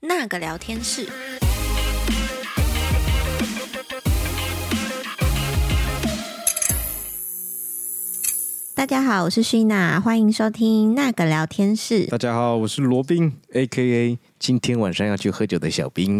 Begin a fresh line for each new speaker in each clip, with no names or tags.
那个聊天室。大家好，我是旭娜，欢迎收听那个聊天 室。
大家好，我是罗宾，A K A 今天晚上要去喝酒的小兵。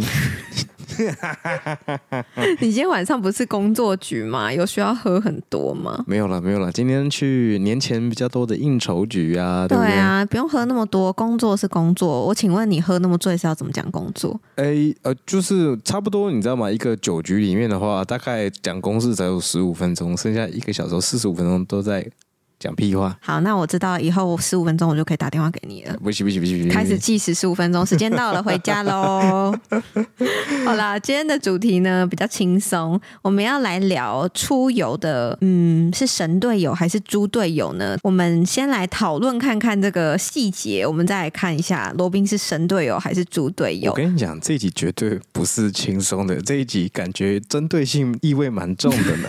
你今天晚上不是工作局吗？有需要喝很多吗？
没有了，没有了，今天去年前比较多的应酬局啊，
对
不对？
啊，不用喝那么多，工作是工作。我请问你喝那么醉是要怎么讲工作？
哎，呃，就是差不多，你知道吗？一个酒局里面的话，大概讲公事才有十五分钟，剩下一个小时四十五分钟都在讲屁话。
好，那我知道以后十五分钟我就可以打电话给你了。
不行不行不行，不行
开始计时十五分钟，时间到了，回家喽。好啦，今天的主题呢比较轻松，我们要来聊出游的，嗯，是神队友还是猪队友呢？我们先来讨论看看这个细节，我们再来看一下罗宾是神队友还是猪队
我
友。
跟你讲，这一集绝对不是轻松的，这一集感觉针对性意味蛮重的 呢。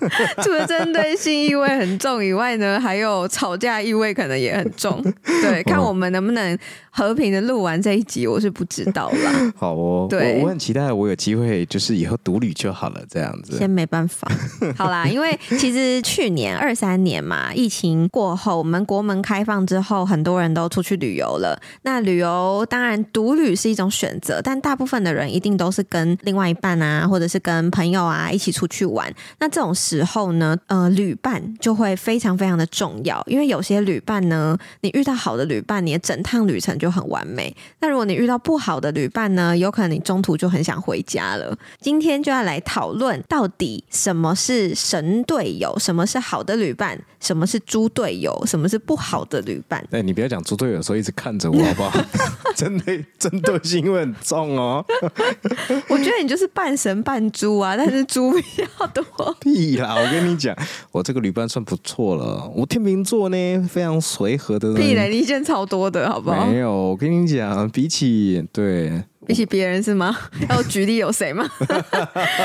除了针对性意味很重以外呢，还有吵架意味可能也很重。对，看我们能不能和平的录完这一集，我是不知道啦，
好哦，
对
我我很期待，我有机会就是以后独旅就好了，这样子。
先没办法。 好啦，因为其实去年二三年嘛，疫情过后，我们国门开放之后，很多人都出去旅游了。那旅游当然独旅是一种选择，但大部分的人一定都是跟另外一半啊，或者是跟朋友啊一起出去玩。那这种时候呢，呃，旅伴就会非常非常的重要，因为有些旅伴呢，你遇到好的旅伴，你的整趟旅程就很完美。那如果你遇到不好的旅伴呢，有可能你中途就很想回家了。今天就要来讨论到底什么是神队友，什么是好的旅伴，什么是猪队友，什么是不好的旅 伴。
哎、你不要讲猪队友的时候一直 看着我好不好？ 针对针对性会很重哦，
我觉得你就是半神半猪啊，但是猪比较多。
屁啦！我跟你讲，我这个旅伴算不错了，我天秤座呢非常随和的人。
屁嘞，你意见超多的，好不好
没？有，我跟你讲，比起对
比起别人是 吗？要举例有谁吗？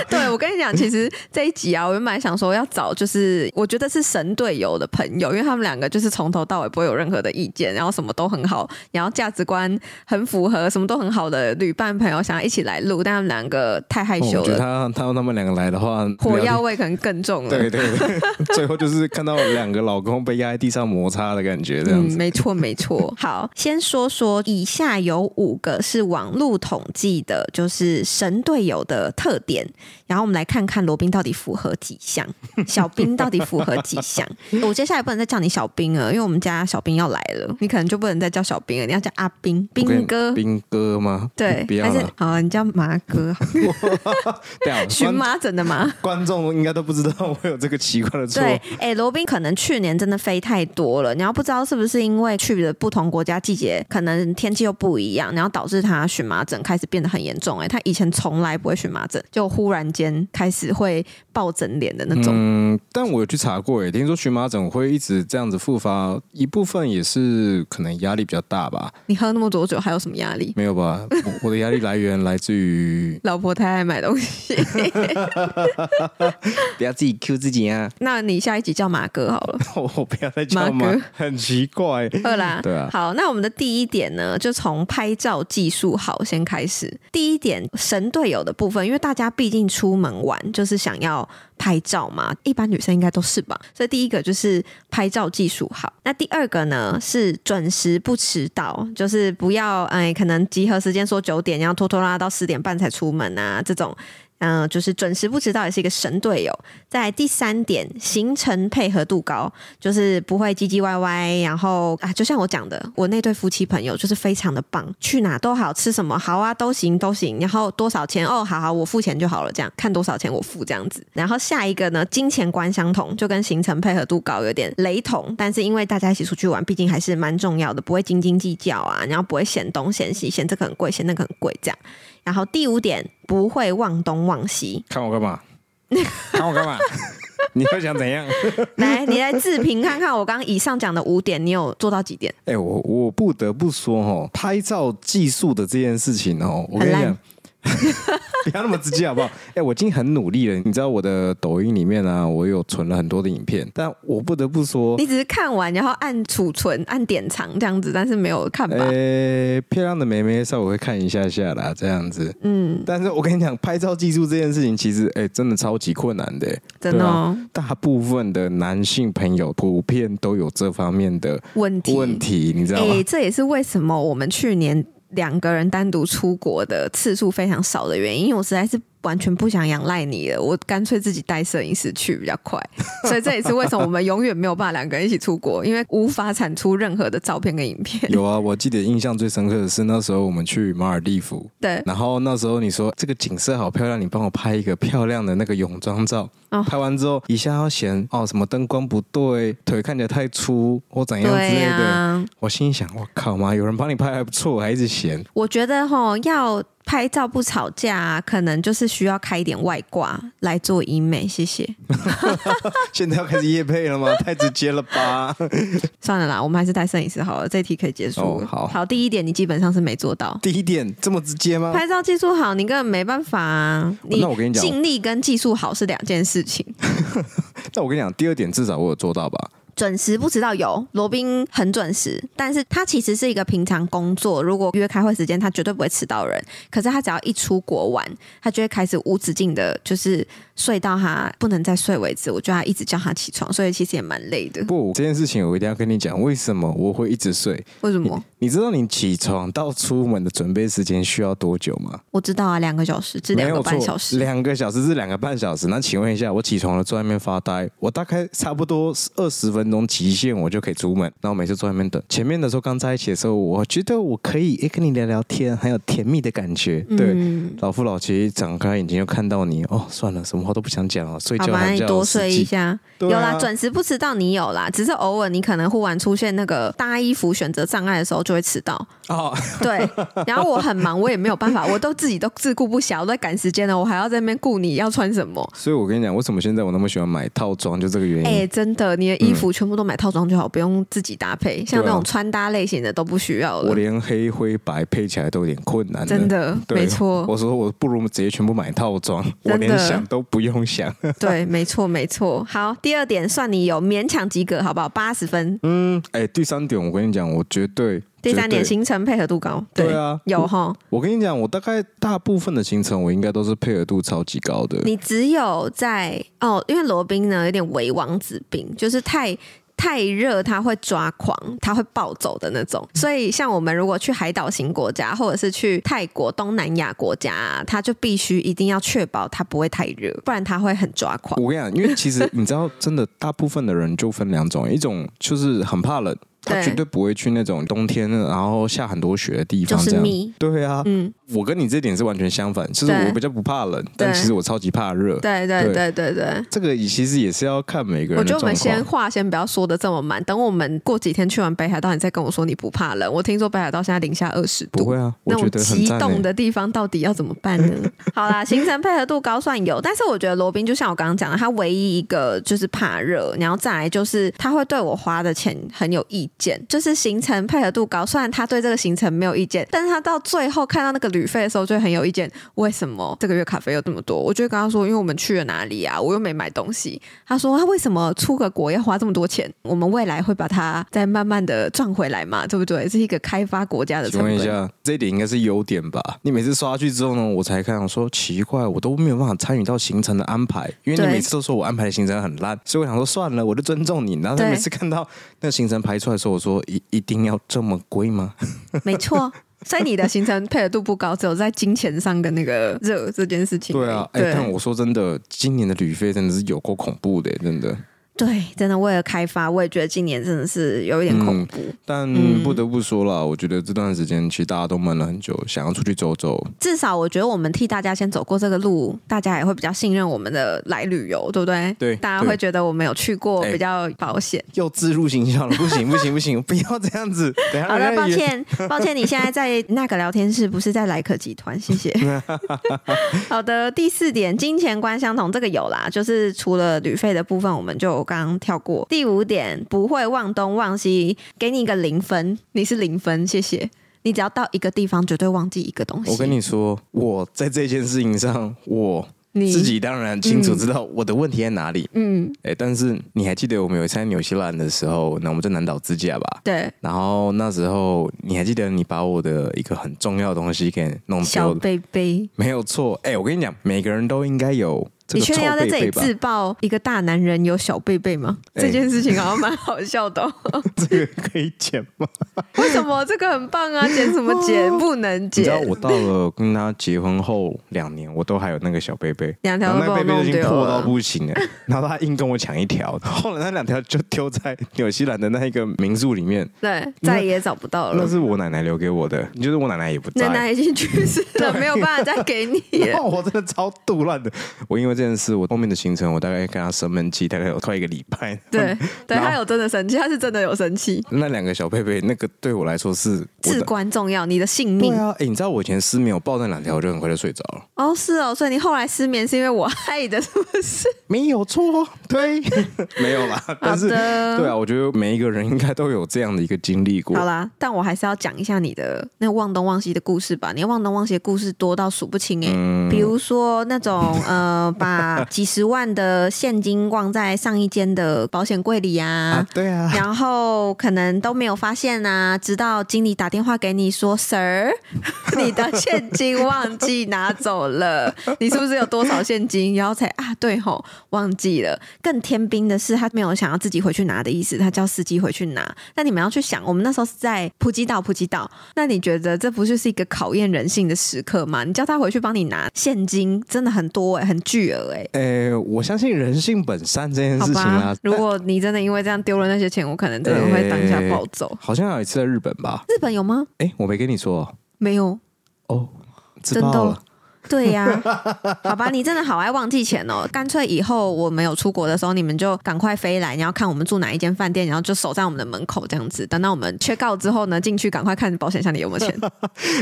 对我跟你讲，其实这一集啊，我原本想说要找就是我觉得是神队友的朋友，因为他们两个就是从头到尾不会有任何的意见，然后什么都很好，然后价值观很符合，什么都很好的旅伴朋友想要一起来录，但他们两个太害
哦
羞
我觉得
了，
他他他们两个来的话，
火
聊
药味可能更重了。
对对对， 最后就是看到两个老公被压在地上摩擦的感觉，这样子。
嗯、没错，没 错。好，先说说以下有五个是网络统计的，就是神队友的特点，然后我们来看看罗宾到底符合几 项，小兵到底符合几项。我接下来不能再叫你小兵了，因为我们家小兵要来了，你可能就不能再叫小兵了，你要叫阿兵、
我
嗯
跟你
兵哥。
兵哥吗？
对
不，要
还是
了，
好啊，你叫麻哥，
对 啊，
荨
观
麻疹的麻。
观众应该都不知道我有这个奇怪的错。
对，哎、罗宾可能去年真的飞太多了，你要不知道是不是因为去的不同国家季节，可能天气又不一样，然后导致他荨麻疹开始变得很严重、哎，他以前从来不会荨麻疹，就忽然间开始会爆疹脸的那种。
嗯，但我有去查过，诶，听说荨麻疹会一直这样子复发，一部分也是可能压力比较大吧？
你喝那么多酒，还有什么压力？
没有吧？我我的压力来源来自于
老婆太爱买东西，
不要自己 Q 自己啊！
那你下一集叫马哥好了。
我不要再
马
叫
哥
嘛，很奇怪。
二啦，
对啊
好，那我们的第一点呢，就从拍照技术好先开始。第一点，神队友的部分，因为大家毕竟出门玩就是想要拍照嘛，一般女生应该都是吧。所以第一个就是拍照技术好。那第二个呢是准时不迟到，就是不要哎，可能集合时间说九点，然后拖拖拉拉到十点半才出门啊，这种。嗯、就是准时不迟到也是一个神队友。再来第三点，行程配合度高，就是不会唧唧歪歪，然后啊，就像我讲的，我那对夫妻朋友就是非常的棒，去哪都好，吃什么好啊，都行都行，然后多少钱哦，好好我付钱就好了，这样看多少钱我付这样子。然后下一个呢，金钱观相同，就跟行程配合度高有点雷同，但是因为大家一起出去玩，毕竟还是蛮重要的，不会斤斤计较啊，然后不会嫌东嫌西，嫌这个很贵，嫌那个很贵这样。然后第五点，不会忘东忘西，
看我 干嘛？看我干嘛？你会想怎样？
来，你来自评看看，我刚刚以上讲的五点，你有做到几点？
哎、我我不得不说哦，拍照技术的这件事情哦，我跟你
很
讲
烂，
不要那么直接好不好？哎、我已经很努力了，你知道我的抖音里面啊，我有存了很多的影片，但我不得不说，
你只是看完然后按储存、按典藏这样子，但是没有 看吧？
呃、漂亮的妹妹稍微会看一下下啦，这样子。
嗯，
但是我跟你讲，拍照技术这件事情，其实哎、真的超级困难的、
真的、哦
大部分的男性朋友普遍都有这方面的
问题
问题，你知道
诶，
吗？
这也是为什么我们去年两个人单独出国的次数非常少的原因，因为我实在是完全不想仰赖你了，我干脆自己带摄影师去比较 快。所以这也是为什么我们永远没有办法两个人一起出国，因为无法产出任何的照片跟影 片。
有啊，我记得印象最深刻的是那时候我们去马尔蒂夫，
对，
然后那时候你说这个景色好漂亮，你帮我拍一个漂亮的那个泳装照。
哦
拍完之后一下要嫌哦什么灯光不对，腿看起来太粗或怎样之
对啊
类
呀、
的。我心里想，我靠妈，有人帮你拍还不错，还一直嫌。
我觉得哈，要拍照不吵架、可能就是需要开一点外挂来做医美。谢谢，
现在要开始夜配了吗？太直接了吧？
算了啦，我们还是带摄影师好了，这一题可以结束了、
哦好
好，第一点你基本上是没做到。
第一点这么直接吗？
拍照技术好，你根本没办法、啊。你
呃哦那我跟你讲
尽力跟技术好是两件事情。
那我跟你讲，第二点至少我有做到吧？
准时不迟到有，罗宾很准时，但是他其实是一个平常工作，如果约开会时间，他绝对不会迟到的人。可是他只要一出国玩，他就会开始无止境的，就是睡到他不能再睡为止。我觉得他一直叫他起床，所以其实也蛮累的。
不，这件事情我一定要跟你讲，为什么我会一直睡？
为什么？
你知道你起床到出门的准备时间需要多久吗？
我知道啊，两个小时至
没
啊两
有
个半
错，
小时。
两个小时至两个半小时。那请问一下，我起床了坐在那边发呆，我大概差不多二十分钟极限，我就可以出门。然后每次坐在那边等，前面的时候刚在一起的时候，我觉得我可以诶跟你聊聊天，很有甜蜜的感觉。对，
嗯，
老夫老妻展开眼睛就看到你，哦，算了，什么话都不想讲了，睡
好
觉
吧，那
还
你
叫
多
我死
睡
记
一下。
对
有
啊
啦，准时不迟到你有啦，只是偶尔你可能忽然出现那个搭衣服选择障碍的时候就会迟到。
哦，
对，然后我很忙，我也没有办法，我都自己都自顾不暇，我都在赶时间了，我还要在那边顾你要穿什么。
所以我跟你讲，为什么现在我那么喜欢买套装，就这个原因。
哎、真的，你的衣服全部都买套装就好，不用自己搭配，像
嗯对
那
啊
种穿搭类型的都不需要
我
了。
连黑灰白配起来都有点困难了，
真的，
对
没错，
我说我不如直接全部买套装，我
真的
连想都不用想。
对，没错，没错。好，第二点算你有勉强及格，好不好？八十分。
嗯，哎，第三点我跟你讲，我绝对
第三点，
绝对
行程配合度高，
对啊
有哈。
我跟你讲，我大概大部分的行程我应该都是配合度超级高的。
你只有在哦，因为罗宾呢有点为王子病，就是太。太热，他会抓狂，他会暴走的那种。
嗯
所以，像我们如果去海岛型国家，或者是去泰国、东南亚国家、啊，他就必须一定要确保他不会太热，不然他会很抓狂。
我跟你讲，因为其实你知道，真的大部分的人就分两种，一种就是很怕冷，他
对
绝对不会去那种冬天然后下很多雪的地
就
方，这
是
样。
咪，
对啊，
嗯，
我跟你这点是完全相反，就是
对
我比较不怕冷，但
对
其实我超级怕热。
对对
对
对对对。
这个其实也是要看每个
我
人的
觉得
状
我
况。
们先话先不要说的这么满，等我们过几天去完北海道，你再跟我说你不怕冷。我听说北海道现在零下二十度，
不会啊，我
那种
觉得很
激
赞、
动
欸。
的地方到底要怎么办 呢？好啦，行程配合度高算有，但是我觉得罗宾就像我刚刚讲的，他唯一一个就是怕热，然后再来就是他会对我花的钱很有意见，就是行程配合度高，虽然他对这个行程没有意见，但是他到最后看到那个旅费的时候就很有意见，为什么这个月卡费又这么多？我就会跟他说，因为我们去了哪里啊，我又没买东西。他说他为什么出个国要花这么多钱？我们未来会把它再慢慢的赚回来嘛，对不对？是一个开发国家的成
请问
本
一。下，这一点应该是优点吧？你每次刷下去之后呢，我才看，我说奇怪，我都没有办法参与到行程的安排，因为
对
你每次都说我安排的行程很烂，所以我想说算了，我就尊重你。然后他
对
每次看到那行程排出来的时候，我说一一定要这么贵吗？
没 错，所以你的行程配合度不高，只有在金钱上跟那个热这件事情而已。
对啊，哎、但我说真的，今年的旅费真的是有够恐怖的、真的。
对，真的为了开发，我也觉得今年真的是有一点恐怖。
但
嗯
不得不说啦，我觉得这段时间其实大家都闷了很久，想要出去走走，
至少我觉得我们替大家先走过这个路，大家也会比较信任我们的来旅游，对不对？
对
大家
对
会觉得我们有去过，
哎
比较保险。
又自入行销了，不行不行不行，不要这样子。等一下
好了，
人家
抱
以为
歉， 抱歉，你现在在那个聊天室，不是在莱可集团，谢谢。 好的，第四点，金钱观相同，这个有啦，就是除了旅费的部分，我们就刚刚跳过。第五点，不会忘东忘西，给你一个零分，你是零分，谢谢。你只要到一个地方，绝对忘记一个东西。
我跟你说，我在这件事情上，我
你
自己当然清楚知道我的问题在哪里。
嗯，
哎、但是你还记得我们有一次在纽西兰的时候，那我们在南岛自驾吧？
对，
然后那时候你还记得你把我的一个很重要的东西给弄
小
丢了？
贝贝，
没有错，哎、我跟你讲，每个人都应该有这
你
个
确
臭
定要在
贝
这里
贝吧？
自曝一个大男人有小贝贝吗？
哎
这件事情好像蛮好笑的、哦。
这个可以剪吗？
为什么这个很棒啊？剪什么剪？不能
你知道
剪。
我到了跟他结婚后两年，我都还有那个小贝贝，
两条
然后
都
那
被
个
我
贝贝
弄
已经
丢
破到
了。
不行了，然后他硬跟我抢一条，后来那两条就丢在纽西兰的那一个民宿里面，
对，再也找不到
那
了。
是我奶奶留给我的，就是我奶奶也不在
呃奶。奶已经去 世了，没有办法再给你
然
了。
后我真的超杜乱的，我因为这件事，我后面的行程我大概跟他生闷气，大概有快一个礼拜。
对，对
嗯然后
他有真的生气，他是真的有生气，
那两个小贝贝，那个对我来说是我
至
的。
关重要，你的性
对
命。
啊，哎、你知道我以前失眠，我抱那两条，我就很快就睡着了，
哦，是哦，所以你后来失眠是因为我害的，是不是？
没有 错，对，没有啦。但是，
的
对啊，我觉得每一个人应该都有这样的一个经历过。
好啦，但我还是要讲一下你的那忘东忘西的故事吧。你忘东忘西的故事多到数不清哎、
嗯
比如说那种呃，把几十万的现金 忘在上一间的保险柜里啊
啊，对 啊，
然后可能都没有发现啊，直到经理打电话给你说：“Sir，你 的现金忘记拿走了， 你是不是有多少现金？”然后才啊，对吼，忘记了。更天兵的是，他没有想要自己回去拿的意思，他叫司机回去拿。那你们要去想，我们那时候是在普吉岛，普吉岛，那你觉得这不就是一个考验人性的时刻吗？你叫他回去帮你拿现金，真的很多哎、很巨额哎、
诶、我相信人性本善这件
好
事情
吧
啊，。
如果你真的因为这样丢了那些钱，我可能真的会当下暴走。
好像有一次在日本吧？
日本有吗？
哎、我没跟你说哦
没有，
哦，知
真的
道
哦
了。。
对 呀、好吧，你真的好爱忘记钱哦。干脆以后我们有出国的时候，你们就赶快飞来，然后看我们住哪一间饭店，然后就守在我们的门口这样子。等到我们 check out 之后呢，进去赶快看保险箱里有没有钱。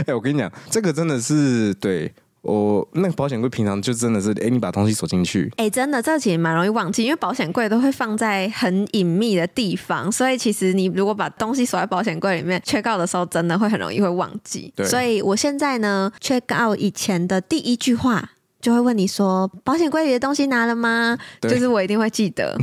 哎、我跟你讲，这个真的是对我那个保险柜平常就真的是，哎、你把东西锁进去，
哎、真的，这其实蛮容易忘记，因为保险柜都会放在很隐秘的地方，所以其实你如果把东西锁在保险柜里面，check out 的时候，真的会很容易会忘记。
对
所以我现在呢，check out 以前的第一句话。就会问你说保险柜里的东西拿了吗？
对
就是我一定会记 得，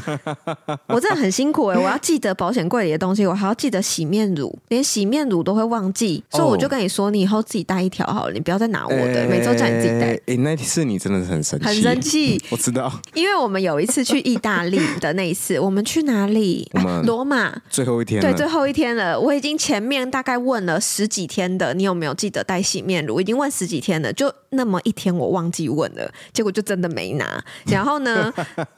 我真的很辛苦哎、我要记得保险柜里的东西，我还要记得洗面乳，连洗面乳都会忘记，所以我就
哦
跟你说，你以后自己带一条好了，你不要再拿我的，每周叫你自己带
哎、，诶那次你真的是很生气，
很生气。
我知道，
因为我们有一次去意大利的那一次，我们去哪里？
我们
哎罗马。
最后一天
对，
了，
最后一天了，我已经前面大概问了十几天的，你有没有记得带洗面乳？我已经问十几天了，就那么一天我忘记问了，结果就真的没拿。然后呢，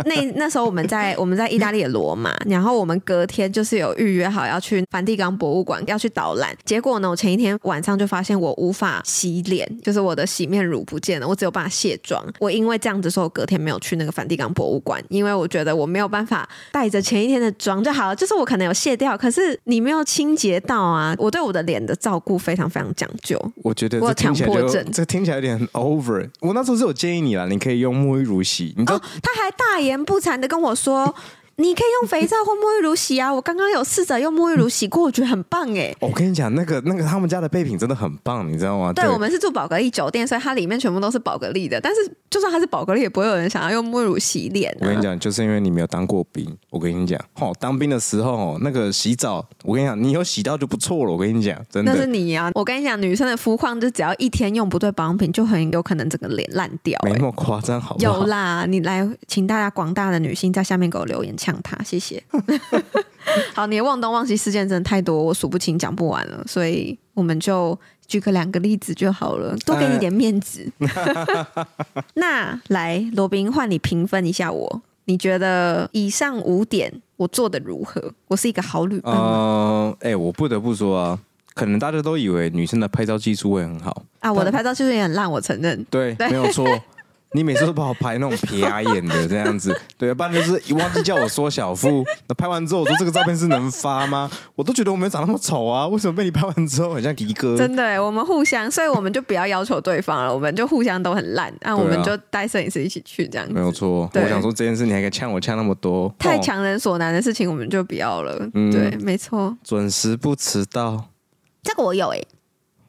那那时候我们在我们在意大利的罗马，然后我们隔天就是有预约好要去梵蒂冈博物馆要去导览，结果呢，我前一天晚上就发现我无法洗脸，就是我的洗面乳不见了，我只有办法卸妆。我因为这样子，所以我隔天没有去那个梵蒂冈博物馆，因为我觉得我没有办法带着前一天的妆就好了，就是我可能有卸掉，可是你没有清洁到啊。我对我的脸的照顾非常非常讲究，
我觉得
我有
这听起来
强迫
就
症
这听起来有点很 over。我那时候是有建议你啦，你可以用沐浴乳洗，你知道
哦，他还大言不惭的跟我 说。你可以用肥皂或沐浴乳洗啊！我刚刚有试着用沐浴乳洗过，我觉得很棒哎。
哦我跟你讲，那个那个他们家的备品真的很棒，你知道吗？
对，我们是住宝格丽酒店，所以它里面全部都是宝格丽的。但是就算它是宝格丽，也不会有人想要用沐浴乳洗脸、
我跟你
啊。
讲，就是因为你没有当过兵。我跟你讲，哦，当兵的时候哦，那个洗澡，我跟你讲，你有洗到就不错了。我跟你讲，真
那是
的，
你啊！我跟你讲，女生的肤况就只要一天用不对保养品，就很有可能整个脸烂掉、
没
欸
那么夸张，好不
有
好？
啦，你来，请大家广大的女性在下面给我留言呛他， 谢谢。好，你的忘东忘西事件真的太多，我数不清，讲不完了，所以我们就举个两个例子就好了，多给你点面 子。那来，罗宾，换你评分一下我，你觉得以上五点我做的如何？我是一个好旅伴啊吗、
嗯，哎、我不得不说啊，可能大家都以为女生的拍照技术会很好，
啊，我的拍照技术也很烂，我承认。
对，
对
没有 错。你每次都把我拍那种撇眼的这 样子，对，不然就是一忘记叫我缩小腹。那拍完之后，我说这个照片是能发吗？我都觉得我没有长那么丑啊，为什么被你拍完之后很像迪哥？
真的欸，我们互相，所以我们就不要要求对方了，我们就互相都很烂，那、我们
对啊
就带摄影师一起去这样子
没。有错，
对
我想说这件事你还可以呛我呛那么多，
太
哦
强人所难的事情，我们就不要了。
嗯
对，没错，
准时不迟到，
这个我有诶、欸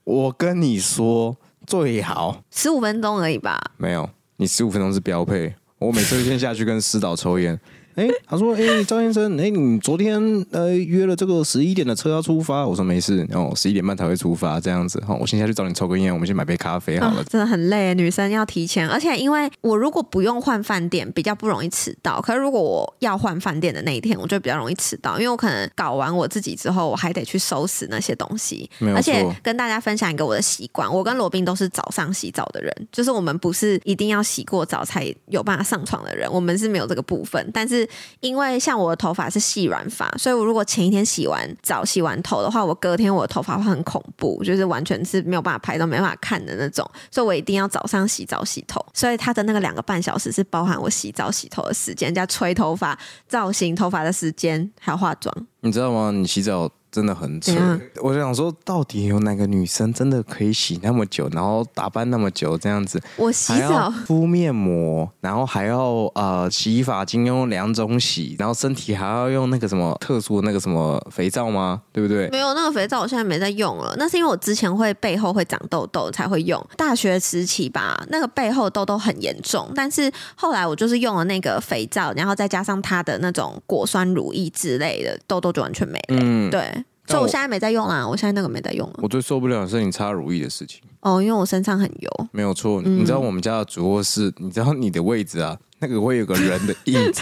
我跟你说，最好
十五分钟而已吧。
没有，你十五分钟是标配。我每次先下去跟师导抽烟。 哎、他说：“哎、赵先生，哎、你昨天呃约了这个十一点的车要出发。”我说：“没事，然后十一点半才会出发，这样子。哦好，我先下去找你抽根烟，我们先买杯咖啡好了。
啊真的很累，女生要提前，而且因为我如果不用换饭店，比较不容易迟到。可是如果我要换饭店的那一天，我就比较容易迟到，因为我可能搞完我自己之后，我还得去收拾那些东西。
没有
而且
错
跟大家分享一个我的习惯，我跟罗宾都是早上洗澡的人，就是我们不是一定要洗过澡才有办法上床的人，我们是没有这个部分。但是因为像我的头发是细软发，所以我如果前一天洗完澡、洗完头的话，我隔天我的头发会很恐怖，就是完全是没有办法拍到、没办法看的那种，所以我一定要早上洗澡、洗头。所以它的那个两个半小时是包含我洗澡、洗头的时间，加吹头发、造型、头发的时间，还有化妆。
你知道吗？你洗澡真的很扯
怎样。
我想说，到底有哪个女生真的可以洗那么久，然后打扮那么久这样子？
我洗
还要
澡。
敷面膜，然后还要呃洗发精用两种洗，然后身体还要用那个什么特殊的那个什么肥皂吗？对不对？
没有那个肥皂，我现在没在用了。那是因为我之前会背后会长痘痘才会用。大学时期吧，那个背后痘痘很严重，但是后来我就是用了那个肥皂，然后再加上它的那种果酸乳液之类的，痘痘就完全没了。
嗯，
对，
但
所以
我
我现在没在用啦，我现在那个没在用了。
我最受不了的是你擦乳液的事情，
哦，因为我身上很油，
没有错。你
嗯
知道我们家的主卧室，你知道你的位置啊，那个会有个人的 印子。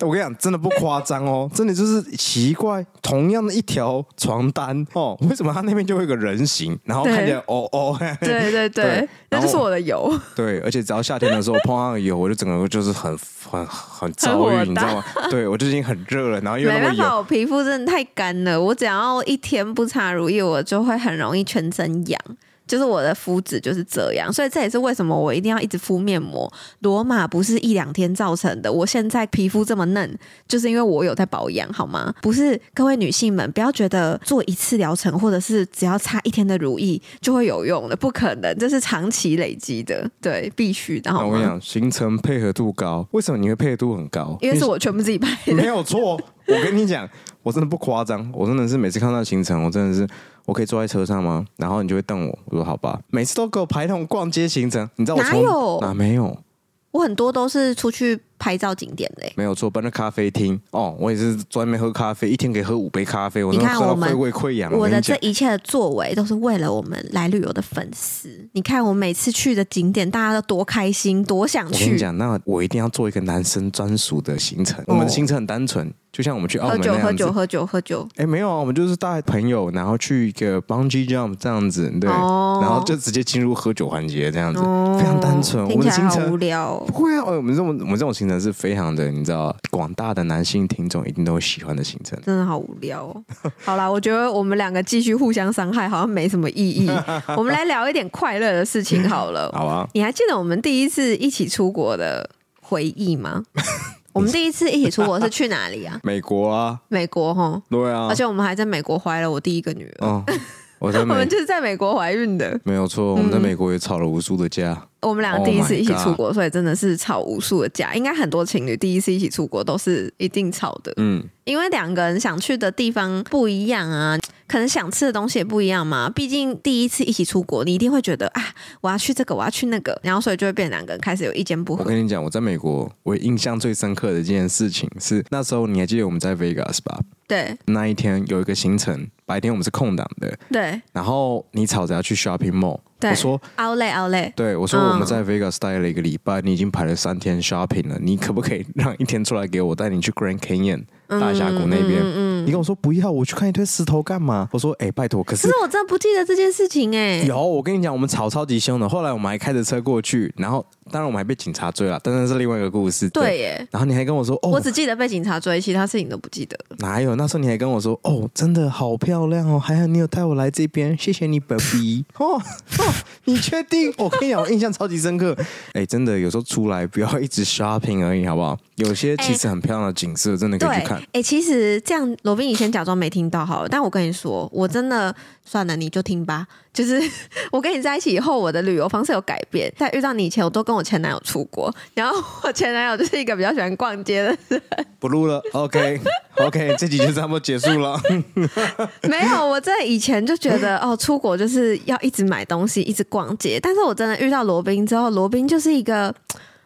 我跟你讲，真的不夸张哦，真的就是奇怪，同样的一条床单哦，为什么它那边就会有个人形，然后看起来哦哦，嘿嘿
对对
对对那就是我
的油。
对，而且只要夏天的时候碰上油，我就整个就是很很很遭
火
遇，你知
大
道吗？对我就已经很热了，然后又
没
那么
办
油
法，，我皮肤真的太干了，我只要一天不擦乳液，我就会很容易全身痒。就是我的肤质就是这样，所以这也是为什么我一定要一直敷面膜。罗马不是一两天造成的，我现在皮肤这么嫩，就是因为我有在保养，好吗？不是，各位女性们，不要觉得做一次疗程或者是只要擦一天的乳液就会有用的，不可能，这是长期累积的，对，必须的，
那
好
我跟你
吗？
讲，行程配合度高，为什么你会配合度很高？
因为是我全部自己拍的，
没有错。我跟你讲，我真的不夸张，我真的是每次看到行程，我真的是，我可以坐在车上吗？然后你就会瞪我，我说好吧。每次都给我排那种逛街行程，你知道我
哪
从
有
哪没有？
我很多都是出去拍照景点的欸、
没有错，搬到咖啡厅哦，我也是专门喝咖啡，一天可以喝五杯咖啡，我
你
真的
看
喝到
我们
胃胃溃疡。
我
跟
的
你
这
讲，
一切的作为都是为了我们来旅游的粉丝。你看我每次去的景点，大家都多开心，多想
我跟你
去。
讲，那我一定要做一个男生专属的行程。
哦
我们的行程很单纯，就像我们去澳
喝
门
酒，
那
喝
样
酒，
子。
喝酒，喝酒。
哎，没有啊，我们就是带朋友，然后去一个 bungee jump 这样子，对，
哦
然后就直接进入喝酒环节这样子，
哦
非常单纯。我
听
们
起
的
来
行
好无
程
聊哦
不。会啊，哎我们这种我们这种行程是非常的，你知道，广大的男性听众一定都会喜欢的行程。
真的好无聊哦。好啦，我觉得我们两个继续互相伤害好像没什么意义。我们来聊一点快乐的事情好了。
好啊，
你还记得我们第一次一起出国的回忆 吗？我们第一次一起出国是去哪里啊？
美国啊，
美国哈，
对啊
而，且我们还在美国怀了我第一个女儿。
嗯，我在
我
美
们就是嗯在美国怀孕的，
没有错，我们在美国也吵了无数的架，
我们两个
Oh
第一次
my
一起出国所以真的是吵无数的架。应该很多情侣第一次一起出国都是一定吵的，
嗯。
因为两个人想去的地方不一样啊，可能想吃的东西也不一样嘛。毕竟第一次一起出国，你一定会觉得啊，我要去这个，我要去那个，然后所以就会变两个人开始有意见不
我
合。
跟你讲，我在美国，我印象最深刻的一件事情是，那时候你还记得我们在 Vegas 吧？
对
那一天有一个行程，白天我们是空档的，
对
然后你吵着要去 shopping mall，
对，
我说。
好累好累，
对，我说
嗯
我们在 Vegas 待了一个礼拜，你已经排了三天 shopping 了，你可不可以 让一天出来给我，带你去 Grand Canyon
嗯
大峡谷那边？你跟我说不要，我去看一堆石头干嘛？我说哎、拜托，可
可
是
是我真的不记得这件事情哎、
有，我跟你讲，我们吵超级凶的，后来我们还开着车过去，然后当然我们还被警察追了，但那是另外一个故事。
对耶、
然后你还跟我说，哦，
我只记得被警察追，其他事情都不记得了。
哪有？那时候你还跟我说，哦，真的好漂亮哦，还好你有带我来这边，谢谢你，baby。哦 哦，你确定？我跟你讲，我印象超级深 刻。哎、真的，有时候出来不要一直 shopping 而已，好不好？有些其实很漂亮的景色，真的可
对，
以
哎
去看。、
其实这样，罗宾以前假装没听到好了，但我跟你说，我真的算了，你就听吧。就是 我跟你在一起以后，我的旅游方式有改变。在遇到你以前，我都跟我前男友出国，然后我前男友就是一个比较喜欢逛街的
不录了，OK OK，这集就这么结束 了。
没有，我真的以前就觉得哦，出国就是要一直买东西，一直逛街。但是我真的遇到罗宾之后，罗宾就是一个。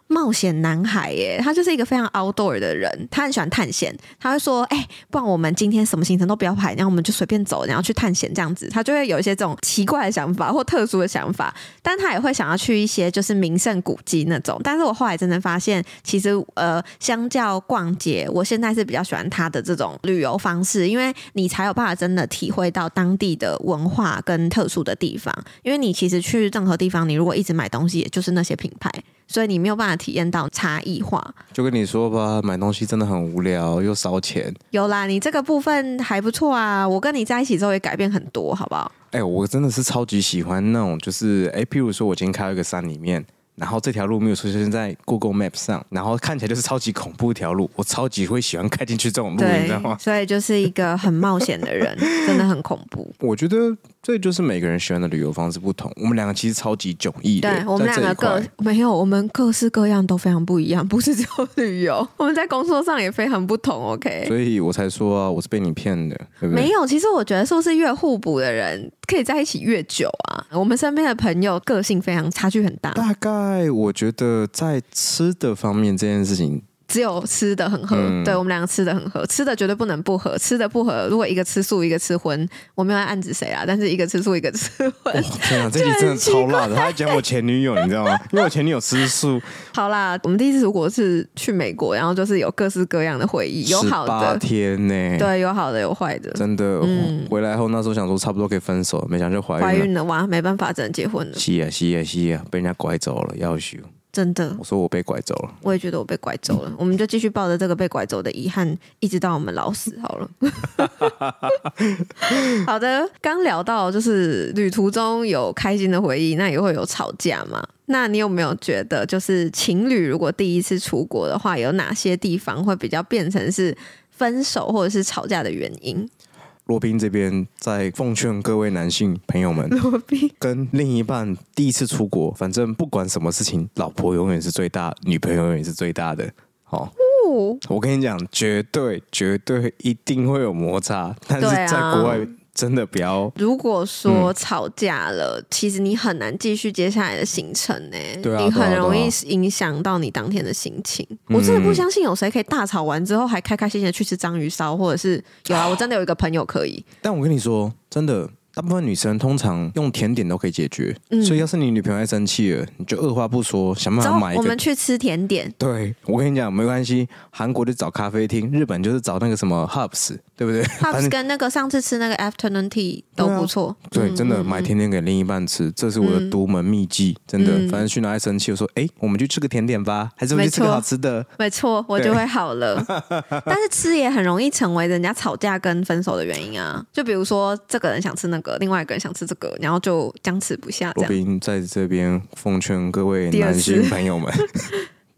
冒险男孩耶，他就是一个非常 outdoor 的人，他很喜欢探险。他会说：“哎、不然我们今天什么行程都不要排，然后我们就随便走，然后去探险这样子。”他就会有一些这种奇怪的想法或特殊的想法，但他也会想要去一些就是名胜古迹那种。但是我后来真的发现，其实呃，相较逛街，我现在是比较喜欢他的这种旅游方式，因为你才有办法真的体会到当地的文化跟特殊的地方。因为你其实去任何地方，你如果一直买东西，也就是那些品牌，所以你没有办法体验到差异化。
就跟你说吧，买东西真的很无聊又烧钱。
有啦，你这个部分还不错啊。我跟你在一起之后也改变很多，好不好？
哎、我真的是超级喜欢那种，就是哎、譬如说我今天开到一个山里面，然后这条路没有出现在 Google Map 上，然后看起来就是超级恐怖一条路，我超级会喜欢开进去这种路，你
对
知道吗，？
所以就是一个很冒险的人，真的很恐怖。
我觉得这就是每个人喜欢的旅游方式不同。我们两个其实超级迥异的，
对我们
在
两
这
个
一块
各没有，我们各式各样都非常不一样，不是只有旅游，我们在工作上也非常不同。OK，
所以我才说啊，我是被你骗的，对不对？
没有，其实我觉得是不是越互补的人可以在一起越久啊？我们身边的朋友个性非常差距很大，
大概我觉得在吃的方面这件事情，
只有吃的很合，
嗯
对我们两个吃的很合，吃的绝对不能不合，吃的不合，如果一个吃素一个吃荤，我没有在暗指谁啊，但是一个吃素一个吃
哇、
荤，
天 啊，这集真的超辣的。他还讲我前女友，你知道吗？因为我前女友吃素，
好啦，我们第一次如果是去美国，然后就是有各式各样的回忆，有好
八
的，
天呢、，
对，有好的有坏的，
真的、回来后那时候想说差不多可以分手，没想到就怀
怀
孕了。
孕了哇，没办法，只能结婚了，
是啊是啊是啊，被人家拐走了，要修。
真的
我，说我被拐走了，
我也觉得我被拐走 了，我们就继续抱着这个被拐走的遗憾，一直到我们老死 好了。好的，刚聊到就是旅途中有开心的回忆，那也会有吵架嘛。那你有没有觉得，就是情侣如果第一次出国的话，有哪些地方会比较变成是分手或者是吵架的原因？
罗宾这边在奉劝各位男性朋友们，
罗宾，
跟另一半第一次出国，反正不管什么事情，老婆永远是最大，女朋友永远是最大的。好、
哦
我跟你讲，绝对绝对一定会有摩擦，但是
对啊
在国外真的不要。
如果
嗯
说吵架了，其实你很难继续接下来的行程呢、
对啊
你
对啊
很
对啊嗯
容易影响到你当天的心情。我真的不相信有谁可以大吵完之后还开开心心的去吃章鱼烧，或者是有
嗯
啊，我真的有一个朋友可以，
但我跟你说，真的，大部分女生通常用甜点都可以解决，
嗯
所以要是你女朋友生气了，你就二话不说想办
走
法买，一
我
个
们去吃甜点。
对，我跟你讲，没关系。韩国就找咖啡厅，日本就是找那个什么 Hubs，对不对？
p
反
u
正
b 跟那个上次吃那个 afternoon tea 都不错，
对，啊真的买甜点给另一半吃，这是我
嗯
的独门秘技。真的，反正去哪里生气，我说，哎，我们去吃个甜点吧，还是我们去吃
没
个
错
好吃的？
没错，我就会好 了。但是吃也很容易成为人家吵架跟分手的原因啊。就比如说，这个人想吃那个，另外一个人想吃这个，然后就僵持不下这
罗
样。
宾在这边奉劝各位
第二
男
次
性朋友 们，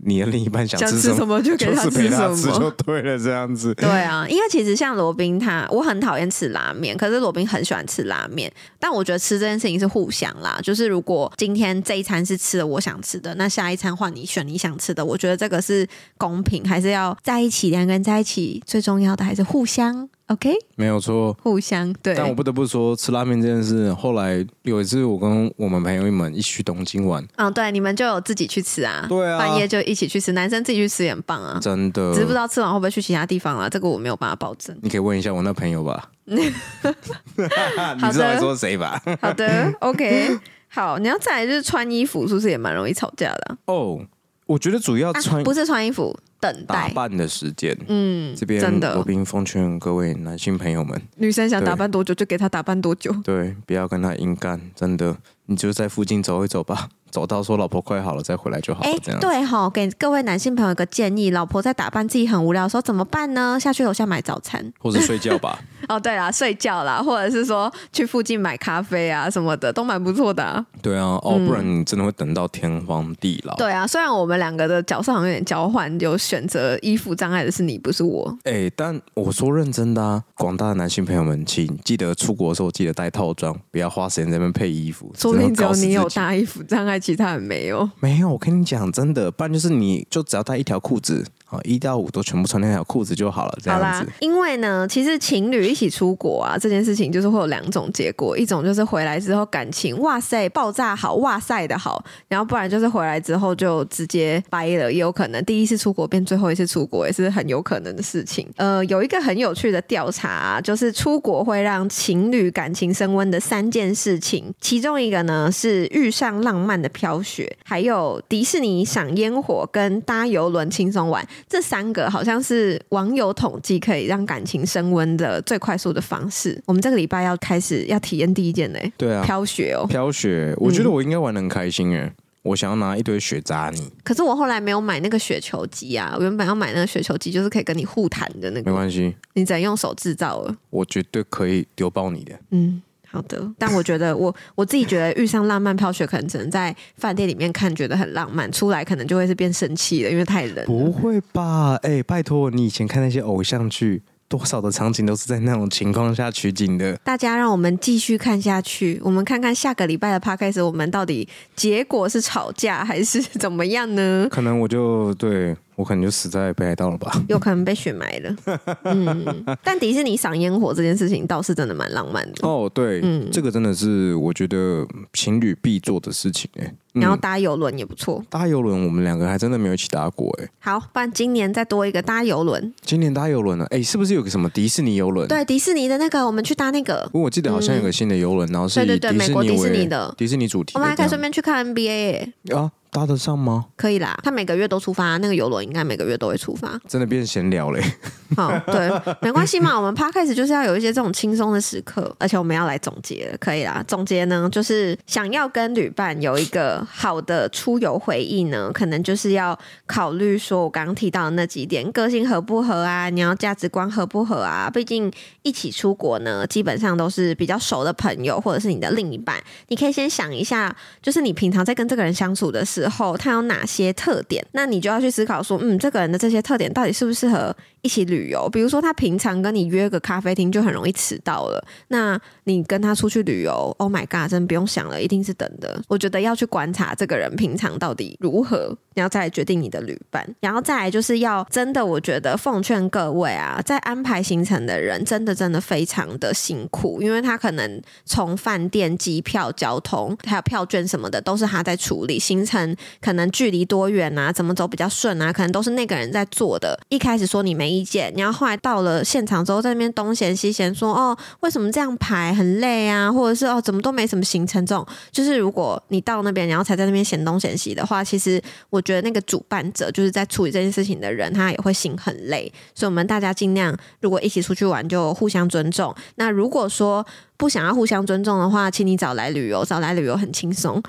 你的另一半想
想
吃
吃
什
什
么，
么就给
就
他
是陪他
什
吃
么
就。对了，这样子。
对啊，因为其实像罗宾他，我很讨厌吃拉面，可是罗宾很喜欢吃拉面。但我觉得吃这件事情是互相啦，就是如果今天这一餐是吃了我想吃的，那下一餐换你选你想吃的，我觉得这个是公平，还是要在一起，两个人在一起最重要的还是互相，OK，
没有错。
互相对。
但我不得不说，吃拉面这件事，后来有一次我跟我们朋友们一起去东京玩，
嗯，对，你们就有自己去吃啊，
对啊
半夜就一起去吃，男生自己去吃也很棒啊，
真的，
只是不知道吃完会不会去其他地方啊，这个我没有办法保证。
你可以问一下我那朋 友吧。你知道在说谁吧？
好的，OK，好，你要再来就是穿衣服，是不是也蛮容易吵架的啊、
哦，我觉得主要
啊
穿
不是穿衣服，等
打
待。
扮的时间，
嗯，
这边
真的
罗宾奉劝各位男性朋友们，
女生想
对
打扮多久就给她打扮多久。
对，不要跟他硬干，真的，你就在附近走一走吧，走到说老婆快好了再回来就好了，
哎
这，样。
对哈，给各位男性朋友一个建议：老婆在打扮自己很无聊的时候怎么办呢？下去楼下买早餐。
或者睡觉 吧，
哦，对啦，睡觉啦，或者是说去附近买咖啡啊什么的，都蛮不错的、啊。
对啊，哦，不然你真的会等到天荒地老。
对啊，虽然我们两个的角色好像有点交换，有选择依附障碍的是你，不是我。
哎、但我说认真的啊，广大的男性朋友们，请记得出国的时候记得带套装，不要花时间在那边配衣服。
说不定只有你有
真的会搞死自己
大衣服障碍，其他人没有。
没有，我跟你讲，真的，不然就是你就只要带一条裤子啊，一到五都全部穿那条裤子就好了，这
好
样
啦
子。，
因为呢，其实情侣一起出国啊，这件事情就是会有两种结果，一种就是回来之后感情哇塞爆炸好，哇塞的好，然后不然就是回来之后就直接掰了，也有可能第一次出国变最后一次出国也是很有可能的事情。呃，有一个很有趣的调查啊、就是出国会让情侣感情升温的三件事情，其中一个呢是遇上浪漫的飘雪，还有迪士尼赏烟火跟搭游轮轻松玩，这三个好像是网友统计可以让感情升温的最快速的方式。我们这个礼拜要开始要体验第一件嘞、
对啊，
飘雪哦，
飘雪，我觉得我应该玩的很开心诶、我想要拿一堆雪砸你，
可是我后来没有买那个雪球机啊，我原本要买那个雪球机，就是可以跟你互弹的那
没
个，
关系，
你只能用手制造了。
我绝对可以丢爆你的。
嗯，好的。但我觉得我我自己觉得遇上浪漫飘雪，可能只能在饭店里面看觉得很浪漫，出来可能就会是变生气的，因为太冷。
不会吧？哎、拜托，你以前看那些偶像剧，多少的场景都是在那种情况下取景的。
大家让我们继续看下去，我们看看下个礼拜的 p 开始，我们到底结果是吵架还是怎么样 呢？
可能我就对我可能就死在北海道了吧。
有可能被雪埋了。嗯，但迪士尼赏烟火这件事情倒是真的蛮浪漫的。
哦，对，
嗯
这个真的是我觉得情侣必做的事情哎、嗯
然后搭游轮也不错，
搭游轮，我们两个还真的没有一起搭过哎、
好，不然今年再多一个搭游轮。
今年搭游轮了哎、是不是有个什么迪士尼游轮？，
对，迪士尼的那个，我们去搭那个，
我记得好像有个新的游轮，然后是
对
以
对对，美国迪士尼
为
的，
迪士尼主题
我
的
们还
这
可以
样。
顺便去看 NBA，耶
啊，搭得上吗？
可以啦。他每个月都出发，那个游轮应该每个月都会出发。
真的变闲聊嘞、
好，对，没关系嘛，我们 p 开始就是要有一些这种轻松的时刻，而且我们要来总结了，可以啦。总结呢，就是想要跟旅伴有一个好的出游回忆呢，可能就是要考虑说我刚刚提到的那几点，个性合不合啊，你要价值观合不合啊。毕竟一起出国呢，基本上都是比较熟的朋友或者是你的另一半，你可以先想一下，就是你平常在跟这个人相处的时候，他有哪些特点？那你就要去思考说，嗯，这个人的这些特点到底适不适合一起旅游？比如说，他平常跟你约个咖啡厅就很容易迟到了，那你跟他出去旅游，Oh my god，真不用想了，一定是等的。我觉得要去观察这个人平常到底如何，然后再来决定你的旅伴。然后再来就是要真的，我觉得奉劝各位啊，在安排行程的人真的真的非常的辛苦，因为他可能从饭店、机票、交通还有票券什么的，都是他在处理行程，可能距离多远啊，怎么走比较顺啊，可能都是那个人在做的。一开始说你没意见，然后后来到了现场之后，在那边东嫌西嫌说哦，为什么这样排很累啊，或者是哦怎么都没什么行程这种，就是如果你到那边然后才在那边嫌东嫌西的话，其实我觉得那个主办者就是在处理这件事情的人，他也会心很累。所以我们大家尽量，如果一起出去玩就互相尊重。那如果说不想要互相尊重的话，请你早来旅游，早来旅游很轻松。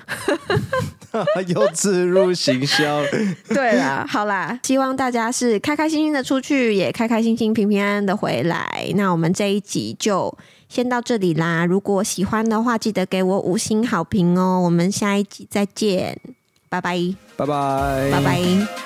欸 又自入行销，
对啦，好啦，希望大家是开开心心的出去，也开开心心、平平安安的回来。那我们这一集就先到这里啦。如果喜欢的话，记得给我五星好评哦。我们下一集再见，拜拜，
拜拜，
拜拜。